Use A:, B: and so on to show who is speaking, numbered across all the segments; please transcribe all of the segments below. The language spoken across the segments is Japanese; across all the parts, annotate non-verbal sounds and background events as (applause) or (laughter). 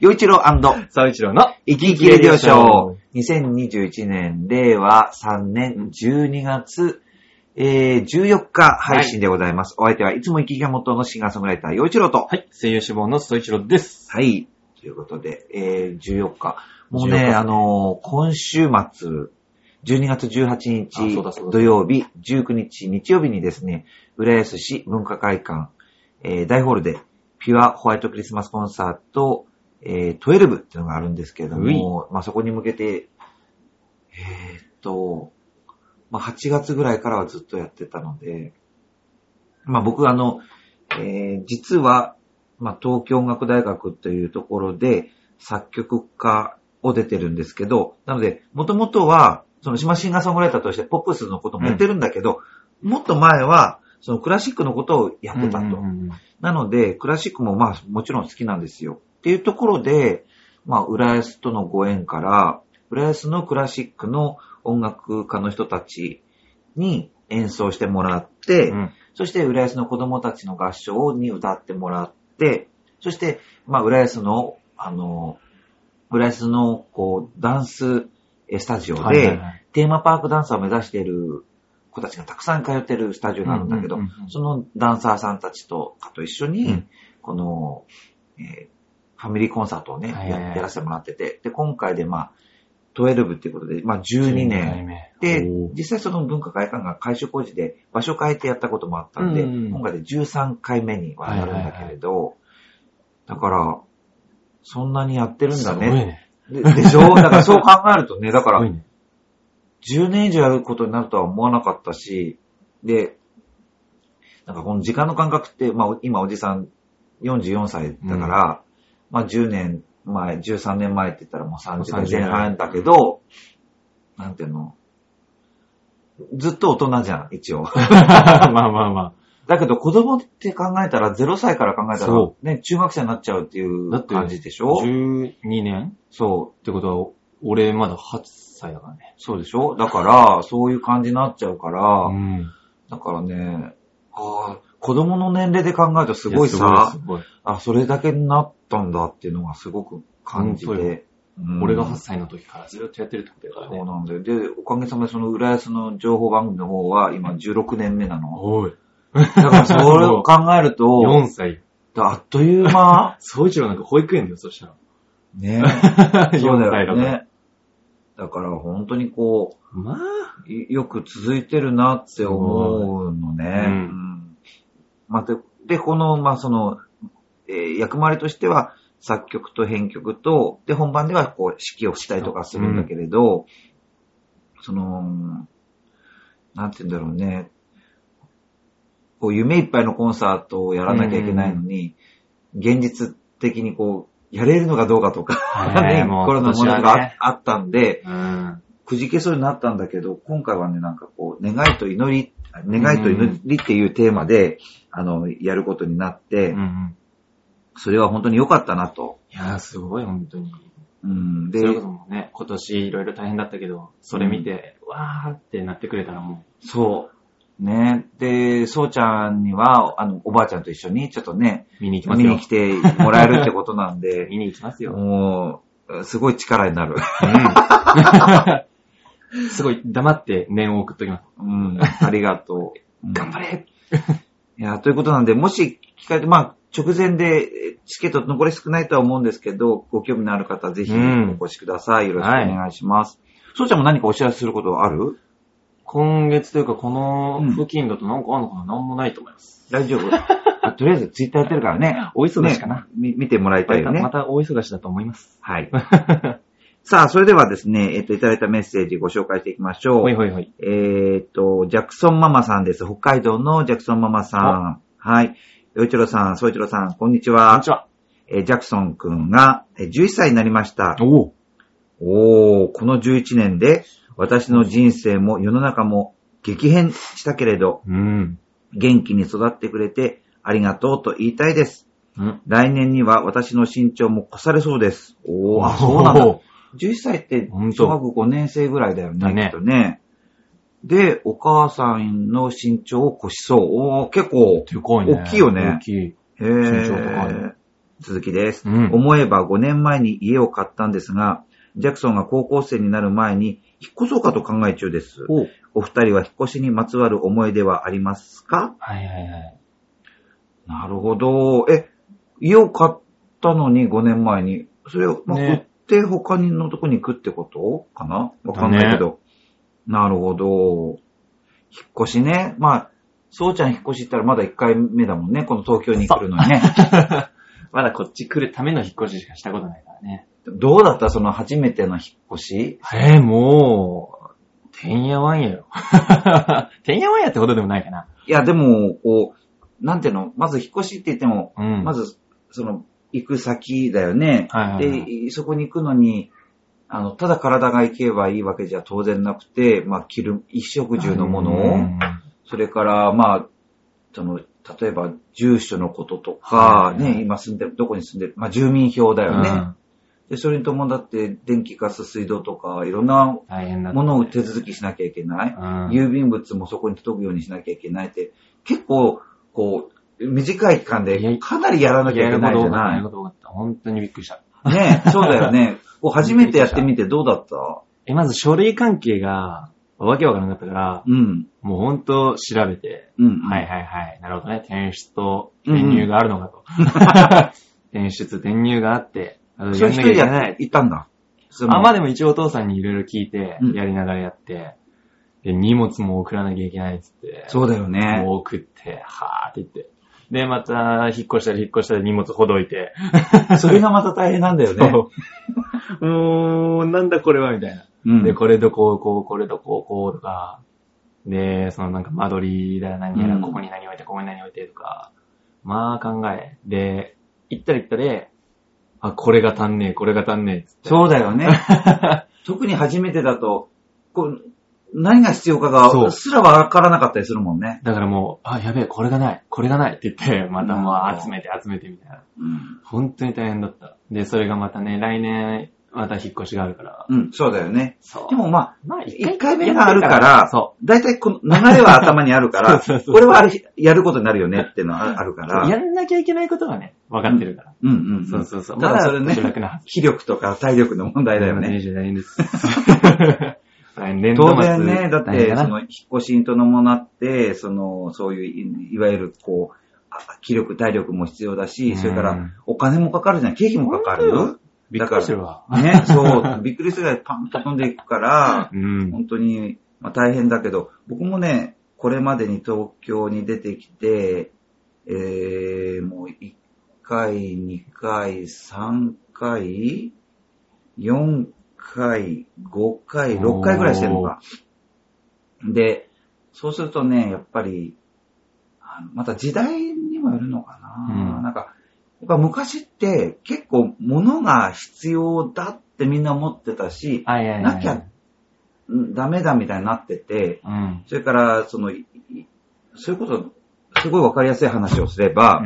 A: 洋一郎
B: 沢一郎の、
A: 生き生きレディオショー。2021年、令和3年12月、えー、14日配信でございます。お相手はいつも生き生きが元のシンガーソングライター、洋一郎と。
B: はい、声優志望の総一郎です。
A: はい。ということで、えー、14日。もう
B: 14日
A: ね、
B: ね
A: あのー今週末、12月18
B: あそうだそう
A: 日
B: だ
A: 土曜日、19日日曜日にですね、浦安市文化会館、えー大ホールで、ピュアホワイトクリスマスコンサート、えー、12っていうのがあるんですけれど
B: うい
A: も、まあ、そこに向けて、えーっと、まあ、8月ぐらいからはずっとやってたので、まあ、僕あの、えー実は、まあ、東京音楽大学というところで作曲家を出てるんですけど、なので、もともとは、その島シンガーソングライターとしてポップスのこともやってるんだけど、もっと前は、そのクラシックのことをやってたと。なので、クラシックもまあもちろん好きなんですよ。っていうところで、まあ、浦安とのご縁から、浦安のクラシックの音楽家の人たちに演奏してもらって、そして浦安の子供たちの合唱に歌ってもらって、そして、まあ、浦安の、あの、浦安の、こう、ダンスえスタジオで、テーマパークダンサーを目指している子たちがたくさん通ってるスタジオがあるんだけど、
B: うんうんうんうん
A: そのダンサーさんたちとかと一緒に、
B: うん
A: この、えーファミリーコンサートをね、
B: はい
A: や
B: はいはい
A: やらせてもらってて、で、今回でまあ、12っていうことで、まあ12年。で、実際その文化会館が改修工事で場所変えてやったこともあったんで、
B: うんうん
A: 今回で13回目にはなるんだけれど、だから、そんなにやってるんだ
B: すごい
A: ね。
B: ね。
A: ででしょだからそう考えるとね、だ
B: す
A: から
B: ご、
A: (laughs)
B: いね
A: 10年以上やることになるとは思わなかったし、で、なんかこの時間の感覚って、まあ今おじさん44歳だから、まあ10年前、13年前って言ったらもう30年前半だけど、なんていうの、ずっと大人じゃん、一 (laughs) 応。
B: まあまあま
A: だけど子供って考えたら、0歳から考えたら
B: そ、
A: ね、中学生になっちゃうっていう
B: だって
A: 感じでし
B: あ。
A: ょ
B: 12年
A: そう。
B: ってことは、俺まだ8歳だからね。
A: そうでしょだから、そういう感じになっちゃうから、
B: ん。
A: だからね、ああ、子供の年齢で考えるとすごい
B: や
A: さ
B: す、ごいす
A: あ、それだけになったんだっていうのがすごく感じ
B: 本当よ
A: て。う
B: ご
A: ん
B: い俺が8歳の時からずっとやってるってことだから
A: そ
B: ね
A: う。なんだよ。で、おかげさまでその浦安の情報番組の方は今16年目なの。
B: おい。
A: (laughs) だからそれを考えると、
B: 4歳。
A: あっという間
B: 総一郎なんか保育園だよ、そしたら。
A: (laughs) ね。
B: 4
A: そうだ
B: 歳だ
A: よ
B: から。
A: ね。だから本当にこう、
B: まあ。
A: いよく続いてるなって思うのね。
B: うん
A: うんまあで、で、この、まあ、その、えー役回りとしては、作曲と編曲と、で、本番では、こう、指揮をしたりとかするんだけれど、その、なんて言うんだろうね、こう、夢いっぱいのコンサートをやらなきゃいけないのに、現実的にこう、やれるのかどうかとか、
B: ねえ
A: ね、
B: も
A: (laughs)
B: う
A: コロナの問題
B: 今年
A: が
B: は
A: あ,、
B: ね
A: あったんで、
B: うん。
A: くじけそうになったんだけど、今回はね、なんかこう、願いと祈り、願いと祈りっていうテーマで、あの、やることになって、
B: うんうん。
A: それは本当に良かったなと。
B: いやー、すごい、本当に。
A: うん、で
B: そ、れこそもうね、今年いろいろ大変だったけど、それ見て、わーってなってくれたらも
A: そう。ね。で、そうちゃんには、あの、おばあちゃんと一緒に、ちょっとね
B: う、、見に行きます
A: 見
B: よ。
A: に来てもらえるってことなんで、
B: (laughs) 見に行きますよ。
A: もう、すごい力になる。
B: うん (laughs) すごい、黙って念を送っときます。
A: うん、ありがと
B: (laughs)
A: う。
B: 頑張れ
A: いや、ということなんで、もし聞かれて、まあ、直前で、えチケット残り少ないとは思うんですけど、ご興味のある方、ぜひ
B: うん
A: お越しください。よろしくお願いします。そうちゃんも何かお知らせすることある
B: 今月というか、この
A: うん
B: 付近だとなんかあんのかななんもないと思います。
A: 大
B: (laughs)
A: 丈夫あとりあえずツイッターやってるからね。
B: お忙しかな。
A: ねみ見てもらいたいよね。
B: またお忙しだと思います。
A: はい。さあ、それではですね、えっと、いただいたメッセージご紹介していきましょう。
B: ほいほいほい。
A: えーっと、ジャクソンママさんです。北海道のジャクソンママさん。はい。よいちろさん、そういちろさん、こんにち
B: こん
A: は
B: に。ちは。
A: えージャクソンくんがえー11歳になりました。
B: お
A: おー、この11年で私の人生も世の中も激変したけれど、
B: うん。
A: 元気に育ってくれてありがとうと言いたいです。
B: うん。
A: 来年には私の身長も越されそうです。おー、あ、そうなんだ。11歳って
B: ほんと
A: 小学5年生ぐらいだよ
B: だ
A: ね、
B: ね
A: きっとね。で、お母さんの身長を越しそう。おー、結構。
B: でかいね。
A: 大きいよね
B: 大きい。
A: へー
B: 身長高い
A: 続きです。
B: うん
A: 思えば5年前に家を買ったんですが、ジャクソンが高校生になる前に引っ越そうかと考え中です。
B: おはい
A: お二人は引っ越しにまつわる思い出はありますか
B: はいはい。
A: なるほど。え、家を買ったのに5年前に、それを、まあ
B: ね
A: 売って他のとこに行くってことかなわかんないけど。なるほど。引っ越しね。まあ、そうちゃん引っ越し行ったらまだ1回目だもんね。この東京に来るのにね。
B: まだこっち来るための引っ越ししかしたことないからね。
A: (laughs) どうだったその初めての引っ越し
B: えー、もう、てんやわんや
A: (laughs)
B: よ。てんやわんやってほどでもないかな。
A: いや、でも、こう、なんていうの、まず引っ越しって言っても、
B: うん。
A: まず、その、行く先だよね。
B: はいはいはい
A: で、そこに行くのに、あの、ただ体が行けばいいわけじゃ当然なくて、まあ、着る、衣食住のも
B: う
A: のを、
B: ん
A: それから、まあ、その、例えば、住所のことと
B: は
A: か、
B: いはいはい
A: ね、今住んでる、どこに住んでる、まあ、住民票だよね。
B: うん
A: で、それに伴って、電気、ガス、水道とか、いろんな
B: 大変だった
A: ものを手続きしなきゃいけない。
B: う
A: 郵
B: ん
A: 便物もそこに届くようにしなきゃいけないって、結構、こう、短い期間
B: いや
A: でかなりやらなきゃいけないじゃ
B: や
A: な
B: ること多かった。本当にびっくりした。
A: い。ねえそうだよ
B: (laughs)
A: ね。こう初めてやってみてどうだった
B: え、まず書類関係が、わけわからなかったから、
A: うん。
B: もう本当調べて、
A: うん。
B: はい。はいはい、なるほどね、転出と
A: うんうん
B: 転入があるの
A: (laughs)
B: かと。転出、転入があって、あ
A: それ一
B: やんなきゃ
A: 人
B: い
A: で
B: け
A: や
B: な
A: っ
B: い。
A: ていたんだ。その
B: あ、まあでも一応お父さんにいろいろ聞いて
A: う、ん
B: やりながらやって、で、荷物も送らなきゃいけないっつって、
A: そうだよね。
B: もう送って、はーって言って。で、また、引っ越したら引っ越したら荷物ほどいて、
A: それがまた大変なんだよね。
B: そうも (laughs) う、なんだこれは、みたいな。
A: うん。
B: で、これどこう、こう、これどこう、こうとか、で、そのなんか間取りだ、何や
A: う
B: ら、
A: ん
B: ここに何置いて、ここに何置いてとか、まあ考え。で、行ったら行ったで、あ、これが足んねえ、これが足んねえっつって、
A: そうだ
B: (laughs)
A: よね。特に初めてだと、こう、何が必要か
B: そう
A: が、すらわからなかったりするもんね。
B: だからもう、あ、やべえ、これがない、これがないって言って、 (laughs) また
A: うん
B: まあ集めて集めてみたいな。
A: うん。
B: 本当に大変だった。で、それがまたね、来年、また引っ越しがあるから。
A: うん、そうだよね。
B: そう。
A: でもまあ、
B: まあ
A: 一回目があるから
B: そ
A: 大体この流れは頭にあるから、
B: (laughs) そうそうそう
A: これはある日やることになるよねっていうのはあるか
B: う。
A: ら、
B: やんなきゃいけないことがね、分かってるから。
A: うんうんうん。
B: そうそうそう。
A: ただそれね
B: ま楽なはず。
A: 気力とか体力の問題だよね。
B: 20代です。
A: (laughs)
B: 来年
A: 当然ね、だっ
B: 大変
A: て、
B: な
A: その、引っ越しに伴って、その、そういう、いいわゆる、こう、あ気力、体力も必要だ
B: う
A: し、
B: ん
A: それから、お金もかかるじゃん、経費もかか
B: 本
A: る。
B: びっくりしてるわ。
A: ね、そう、びっくりするぐらいパンと飛んでいくから、
B: うん。
A: 本当に、まあ、大変だけど、僕もね、これまでに東京に出てきて、えー、もう1回、2回、3回、4回、5回、6回ぐらいしてるのか。で、そうするとね、やっぱり、あのまた時代にもよるのかな。
B: うん
A: なんか、やっぱ昔って結構物が必要だってみんな思ってたし、
B: あ、いやいやいや。
A: なきゃうんダメだみたいになってて、
B: うん。
A: それから、その、いいそういうこと、すごいわかりやすい話をすれば、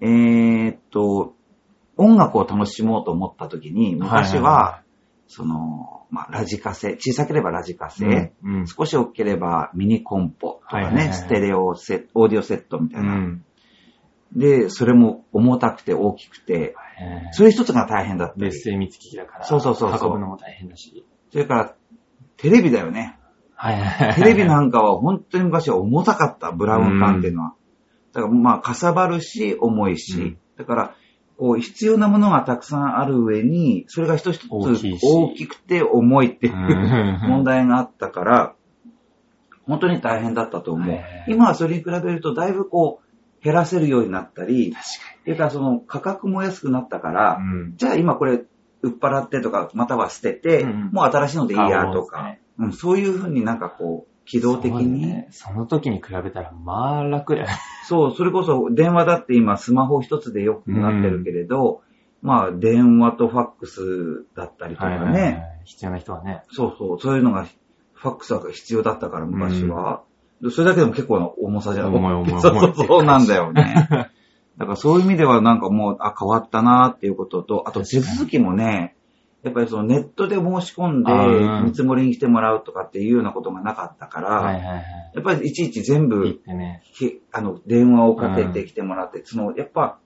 A: えーっと、音楽を楽しもうと思った時に、昔は、その、まあ、ラジカセ、小さければラジカ
B: い
A: セ、
B: いい、うん。
A: 少し大きければミニコンポとかね、
B: はいはいはい
A: ステレオセット、オーディオセットみた
B: う
A: いな。
B: ん。
A: で、それも重たくて大きくて、
B: はい
A: そういう一つが大変だったり、
B: 劣勢見つきだから。
A: そうそうそうそう
B: 運ぶのも大変だし。
A: それから、テレビだよね。
B: はいはいはい。
A: テレビなんかは本当に昔は重たかった、ブラウン管っていうのは。だからまあ、かさばるし、重いし。
B: うん
A: だから、こう、必要なものがたくさんある上に、それが一つ一つ
B: 大きいし
A: 大きくて重いっていうう、
B: ん
A: 問題があったから、本当に大変だったと思
B: は
A: う
B: いはいはい。
A: 今はそれに比べると、だいぶこう、減らせるようになったり、
B: 確
A: っていうかその価格も安くなったから
B: か、に。うん。
A: じゃあ今これ、売っ払ってとか、または捨てて、
B: うんうん
A: もう新しいのでいいやとか、
B: あ。
A: うん、そういうふうになんかこう、機
B: そう
A: 動的
B: そう
A: に。
B: だねその時に比べたら、まあ楽だよね。
A: そう、それこそ電話だって今スマホ一つでよくなってるけれど、まあ電話とファックスだったりとかね、
B: はいはいはい必要な人はね。
A: そうそう、そういうのがファックスが必要だったから昔は。それだけでも結構な重さじゃな
B: 重い重い重い
A: そうそう (laughs) そうなんだよ
B: (laughs)
A: ね。だからそういう意味ではなんかもう、あ、変わったなっていうことと、あと手続きもね、やっぱりそのネットで申し込んで
B: あーうん
A: 見積もりに来てもらうとかっていうようなことがなかったから、
B: はいはいはい。
A: やっぱりいちいち全部
B: 行ってね。
A: けあの、電話をかけてきてもらって、その、やっぱ、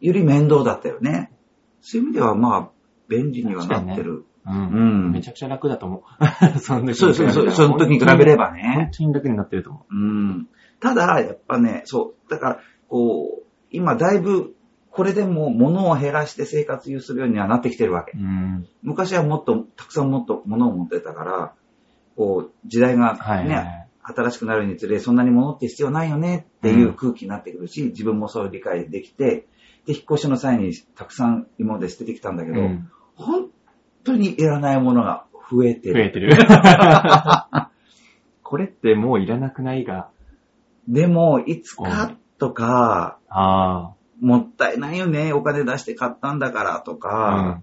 A: より面倒だったよね。そういう意味ではまあ、便利にはなってる。
B: う。
A: うんん。
B: めちゃくちゃ楽だと思 (laughs) う。その時に比べたら
A: そうそうそう、その時に比べれば
B: 本
A: ね。
B: 当に楽になってると思
A: うん。ただ、やっぱね、そう、だから、こう、今だいぶ、これでも物を減らして生活をするようにはなってきてるわけ
B: う。。うん。
A: 昔はもっと、たくさんもっと物を持ってたから、こう、時代がね、
B: はい、はい。
A: 新しくなるにつれ、そんなに物って必要ないよねっていう空気になってくるし、自分もそういう理解できて、で、引っ越しの際にたくさん今まで捨ててきたんだけど、
B: うん
A: 本当にいらないものが増えて
B: 増え
A: る。
B: て (laughs) る。これってもういらなくないが、
A: でも、いつかとか、
B: あ
A: もったいないよね、お金出して買ったんだからと
B: あ、
A: か、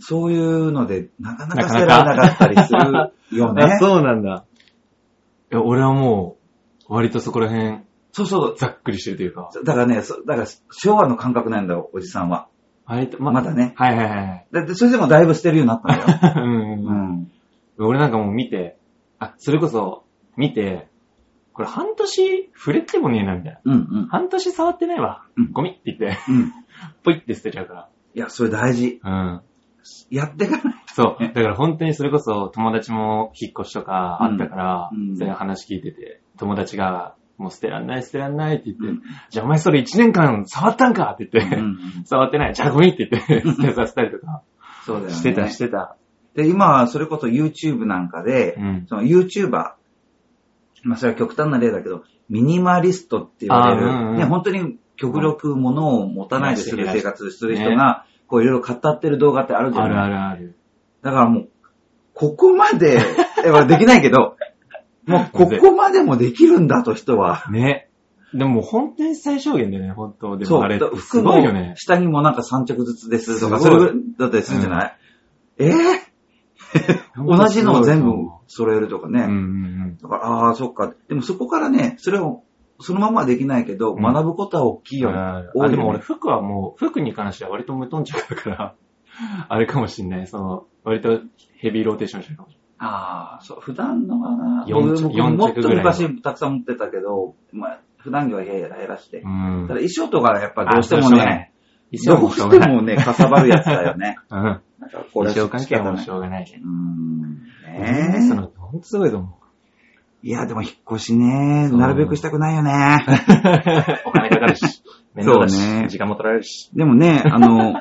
B: う
A: そういうので、なかなか
B: な
A: 捨
B: か
A: て
B: な
A: ら
B: か
A: れなかったりするよ
B: ん。
A: ね
B: (laughs) あ。そうなんだ。いや、俺はもう、割とそこら辺、
A: そうそう。
B: ざっくりしてるというか、
A: だからね、そだから昭和の感覚なんだよ、おじさんは。
B: 割と、
A: まだね。
B: はいは
A: (laughs)
B: いはい
A: だって、それでもだいぶ捨てるようになったんだよ。
B: (laughs) はい。うん
A: う
B: うん
A: ん。
B: 俺なんかもう見て、あ、それこそ、見て、これ半年触れてもねえな、みたいな。
A: うんうん。
B: 半年触ってないわ
A: うん。
B: ゴミって言って、
A: うん。
B: (laughs) ポイって捨てちゃうか
A: いや、それ大事。
B: ら。うん。
A: やってかない。
B: そう。だから本当にそれこそ友達も引っ越しとかあったから、
A: うんうん
B: それ話聞いてて、友達が、もう捨てらんない、捨てらんないって言って、
A: うん
B: じゃあお前それ1年間触ったんかって言って、
A: うん
B: 触ってない、じゃあゴミって言って、捨てさせたりとか、
A: そうだよね。
B: してた、してた。
A: で、今はそれこそ YouTube なんかで
B: う、ん。
A: その YouTuber、まあそれは極端な例だけど、ミニマリストって言われる、
B: あーうんうん
A: ね、本当に極力物を持たないでする生活をする人が、こういろいろ語ってる動画ってあるじゃ
B: ある
A: な
B: あ
A: い
B: るある。
A: だからもう、ここまで、え、俺できないけど、もうここまでもできるんだと人は。
B: ね。でも本当に最小限でね、本当。で
A: そ
B: も
A: う、
B: あれってす
A: 服
B: ご
A: も
B: いよね。
A: 下にもなんか3着ずつですとか、
B: すご
A: それぐ
B: い
A: らいだったりするんじゃない、えー同じのを全部揃えるとか
B: うんう
A: ね。
B: ん
A: だから、ああ、そっか。でもそこからね、それを、そのままはできないけど、
B: うん
A: 学ぶことは大き
B: い
A: い
B: いよ
A: よ
B: ね。
A: ね。
B: あ
A: 多いよね
B: でも俺服はもう、服に関しては割と無頓着だから、 (laughs) あれかもしんない。その、割とヘビーローテーションしてるかもし
A: ああ、そう、普段のはな、
B: 四着
A: 僕
B: 四着
A: もっと
B: ぐらいの
A: 昔たくさん持ってたけど、まあ、普段着は減らして
B: れ。ない。う
A: ただ
B: ん。
A: 衣装とかやっぱどうしてもね、
B: あ、それ
A: ど
B: は
A: う
B: しょ
A: し
B: うが
A: て
B: ない。
A: もね、かさばるやつだよ
B: (laughs)
A: ね。
B: うん。
A: なんかこれ
B: 衣装関係はもうしょうがな
A: う
B: い。
A: ーん。
B: え
A: ね
B: その、ほんとすごい
A: (laughs)
B: と思う。
A: いや、でも引っ越しね、
B: そう
A: なるべくしたくないよね。 (laughs)
B: お金かかるし、面倒だし、
A: そうね
B: 時間も取られるし。
A: でもね、あ
B: (laughs)
A: の、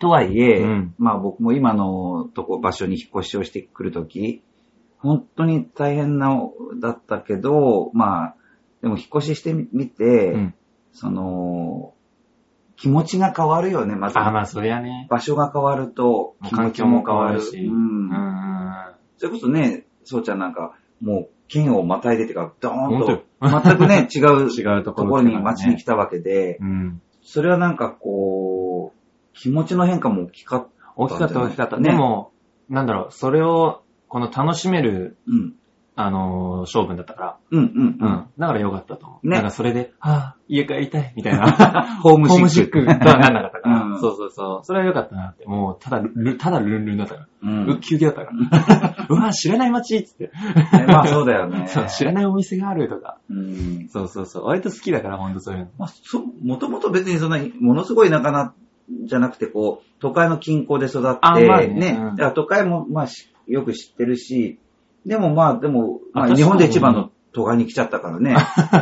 A: とはいえ、
B: うん
A: まあ僕も今のとこ、場所に引っ越しをしてくるとき、本当に大変な、だったけど、まあ、でも引っ越ししてみて、
B: うん。
A: その、気持ちが変わるよね、まず。
B: あ、まあ、そりゃね。
A: 場所が変わると、
B: もう
A: 気持
B: 環
A: ち
B: 境も変わる
A: も
B: し。
A: 変わ
B: うんう
A: うん。
B: ん
A: それこそね、そうちゃんなんか、もう、県をまたいでてから、ドーン
B: 本当
A: と
B: よ、
A: 全く
B: (laughs)
A: ね、違
B: う。
A: うんと
B: 違うところ。
A: ころに、町に来
B: た。
A: たわけで、
B: うん。
A: それはなんかこう、気持ちの変化も大きかった。
B: 大きかった大きかった。
A: ね
B: でも、なんだろう、それを、この楽しめる、
A: うん。
B: あのー、勝負だったか
A: うんうん
B: ら、うん。だからよかったと思う。
A: ね
B: ね。なんかそれで、ああ、家帰りたい、みたい (laughs) な。
A: うん。ホームシ
B: ホー
A: ック。
B: ムシックとはなんなかったか
A: うん
B: ら。そうそうそう。それはよかったなって。もう、ただ、ルただルンルンだったか
A: う
B: ら。ウッ
A: ん。
B: キウキだったから。 (laughs) うわ、知らない街っつって。
A: ねまあそうだよね。
B: (laughs) そう、知らないお店があるとか。
A: うん。
B: そうそうそう。割と好きだから、ほんとそういうの。
A: まあ、そ、もともと別にそんなに、ものすごい田舎な、じゃなくて、こう、都会の近郊で育って、
B: あまあねう
A: だ
B: ん
A: から都会も、まあ、しよく知ってるし、でもまあ、でも、ま
B: あ
A: あ、
B: 確かに
A: 日本で一番の都会に来ちゃったからね。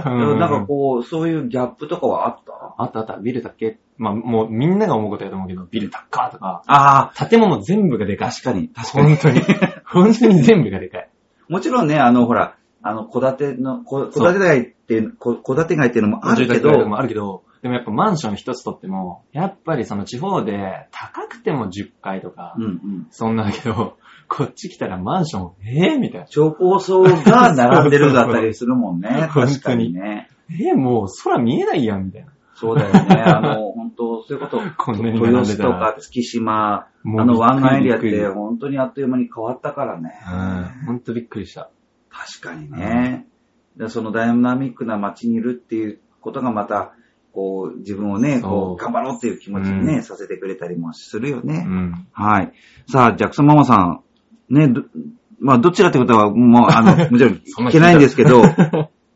A: でもなんか
B: (laughs) こう。
A: こう、そういうギャップとかはあった
B: あったあった、ビルだっけまあ、もうみんなが思うことやと思うけど、ビルだっかとか、
A: あ
B: 建物全部が
A: あ、
B: でかい。
A: 確かに、確かに。
B: 本
A: (laughs)
B: 当に。本当に全部がでかい。
A: もちろんね、あの、ほら、あの、戸建ての、こ
B: そ
A: 戸
B: う
A: 建て街っていう、こ戸建て街っていうのもあるけ
B: 住宅街とか
A: ど、
B: もあるけど、でもやっぱマンション一つとっても、やっぱりその地方で高くても10階とか、
A: うんうん。
B: そんなだけど、こっち来たらマンション、えー、みたいな。
A: 超高層が並んでるだったりする
B: (laughs)。
A: もんね
B: そうそ
A: 確
B: う
A: かにね。
B: えー、もう空見えないやん、みたいな。
A: そうだよね。あの、本当そういうこと、
B: こんなに並んでた
A: 豊
B: ら
A: 洲とか月島、あ
B: もう
A: の湾岸エリアっ
B: びっくり
A: て
B: びっ
A: 本当にあっという間に変わったからね。
B: うん、ほんとびっくりした。
A: 確かにね。でそのダイナミックな街にいるっていうことがまた、こう、自分をね、
B: そ
A: こ
B: う
A: う、頑張ろうっていう気持ちにね、
B: うん
A: させてくれたりもするよ
B: う
A: ね。
B: ん。
A: はい。さあ、ジャクソンママさん、ね、どまあ、どちらってことは、もう、あの、もちろん
B: そんな
A: 聞けないんですけど、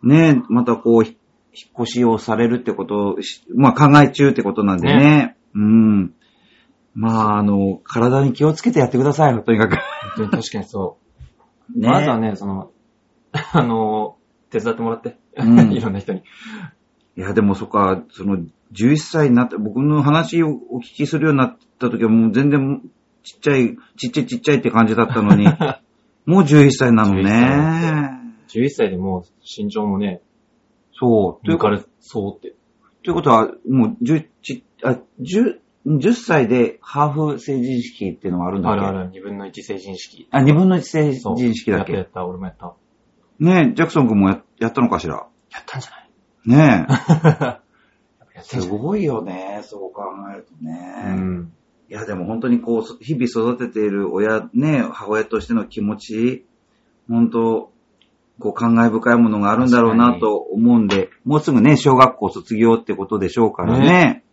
A: ね、またこう、ひ引っ越しをされるってことをし、まあ考え中ってことなんでね。うん。まあ、あの、体に気をつけてやってください、とにかく。
B: 本当に確かにそう。
A: ね。
B: まずはね、その、 (laughs) あの、手伝ってもらって、
A: うん
B: (laughs) いろんな人に。
A: いや、でもそっか、その、11歳になって、僕の話をお聞きするようになった時はもう全然ちっちゃい、ちっちゃいちっちゃいって感じだったのに、もう11歳なの
B: 11歳に
A: ね。
B: 11歳でもう身長もね、
A: そう。という
B: 抜
A: か
B: かれそうって。
A: ということは、もう10、ちあ、10、10歳でハーフ成人式っていうのがあるんだっ
B: あ
A: け
B: るある、二分の一成人式。
A: あ、2分の1成
B: そう
A: 人式だっ
B: や
A: け
B: ったやった、俺もやった。
A: ねえ、ジャクソン君もややったのかしら
B: やったんじゃ (laughs) ない
A: ねえ。
B: やっぱやって
A: (laughs) す
B: んじゃない
A: ごいよね、そう考えると
B: う
A: ね。
B: ん。
A: いや、でも本当にこう、そ日々育てている親、ね、母親としての気持ち、本当、こう、感慨深いものがあるんだろうなと思うんで、もうすぐね、小学校卒業ってことでしょうからね。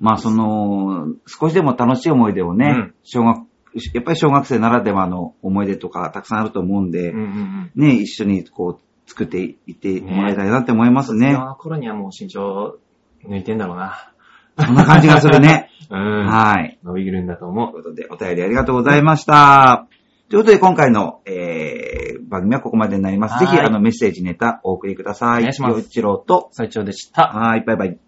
A: まあ、その、少しでも楽しい思い出をね、
B: うん
A: 小学、やっぱり小学生ならではの思い出とかたくさんあると思うんで、
B: うんうんうん。
A: ね、一緒にこう、作っていってもらいたいなって思いますね。
B: その頃にはもう身長抜いてんだろうな。
A: そんな感じがするね。
B: (laughs) うん。
A: はい。
B: 伸びるんだと
A: と
B: 思
A: いうことで、お便りありがとうございました。ということで、今回の、えー、番組はここまでになります。ぜひ、
B: はい
A: あの、メッセージネタお送りください。
B: お願いします
A: 洋一郎と、
B: う。最長でした。
A: はい、バイバイ。